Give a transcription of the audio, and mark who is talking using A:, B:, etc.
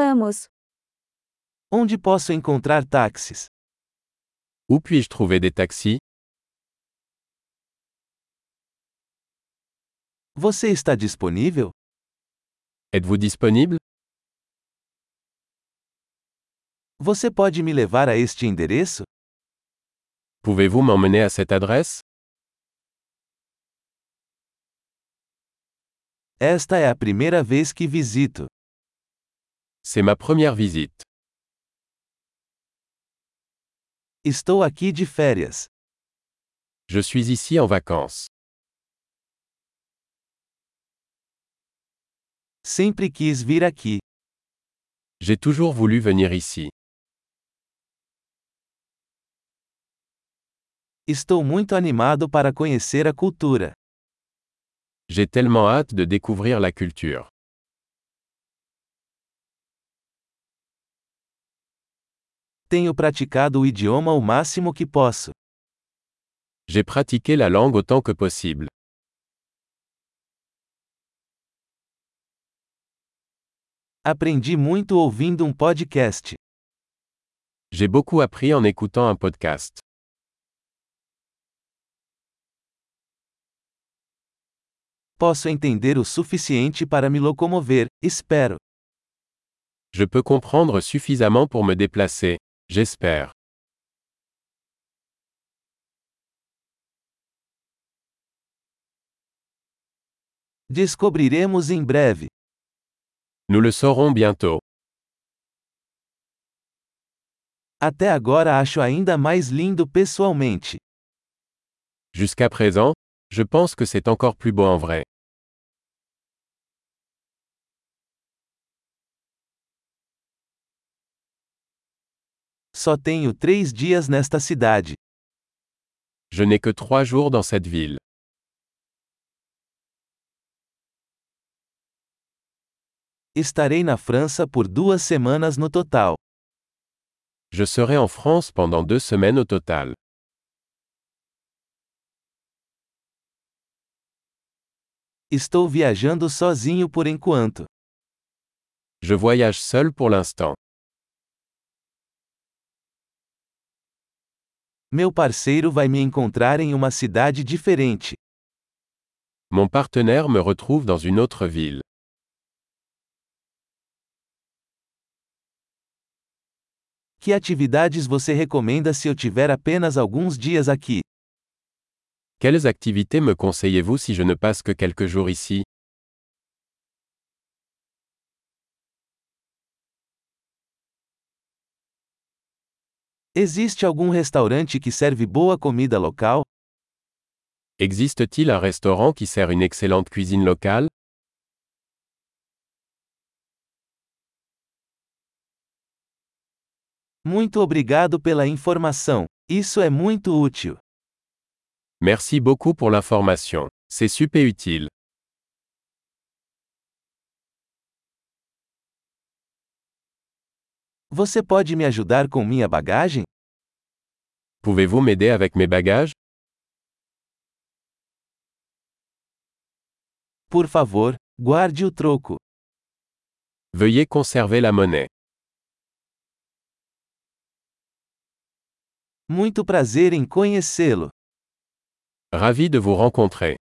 A: vamos?
B: Onde posso encontrar táxis?
C: Où puis-je trouver des taxis
B: Você está disponível?
C: Êtes-vous disponible
B: Você pode me levar a este endereço?
C: Pouvez-vous m'emmener à cette adresse
B: Esta é a primeira vez que visito.
C: C'est ma première visite.
B: Estou aqui de férias.
C: Je suis ici en vacances.
B: Sempre quis vir aqui.
C: J'ai toujours voulu venir ici.
B: Estou muito animado para conhecer a cultura.
C: J'ai tellement hâte de découvrir la culture.
B: Tenho praticado o idioma o máximo que posso.
C: J'ai pratiqué la langue autant que possible.
B: Aprendi muito ouvindo um podcast.
C: J'ai beaucoup appris en écoutant un podcast.
B: Posso entender o suficiente para me locomover, espero.
C: Je peux comprendre suffisamment pour me déplacer, j'espère.
B: Descobriremos em breve.
C: Nous le saurons bientôt.
B: Até agora acho ainda mais lindo pessoalmente.
C: Jusqu'à présent, je pense que c'est encore plus beau en vrai.
B: Só tenho três dias nesta cidade.
C: Je n'ai que trois jours dans cette ville.
B: Estarei na França por duas semanas no total.
C: Je serai en France pendant deux semaines au total.
B: Estou viajando sozinho por enquanto.
C: Je voyage seul pour l'instant.
B: Meu parceiro vai me encontrar em uma cidade diferente.
C: Mon partenaire me retrouve dans une autre ville.
B: Que atividades você recomenda se eu tiver apenas alguns dias aqui?
C: Quelles activités me conseillez-vous si je ne passe que quelques jours ici
B: Existe algum restaurante que serve boa comida local?
C: Existe-t-il un restaurant qui sert une excellente cuisine locale
B: Muito obrigado pela informação. Isso é muito útil.
C: Merci beaucoup pour l'information. C'est super utile.
B: Você pode me ajudar com minha bagagem?
C: Pouvez-vous m'aider avec mes bagages
B: Por favor, guarde o troco.
C: Veuillez conserver la monnaie.
B: Muito prazer em conhecê-lo.
C: Ravi de vous rencontrer.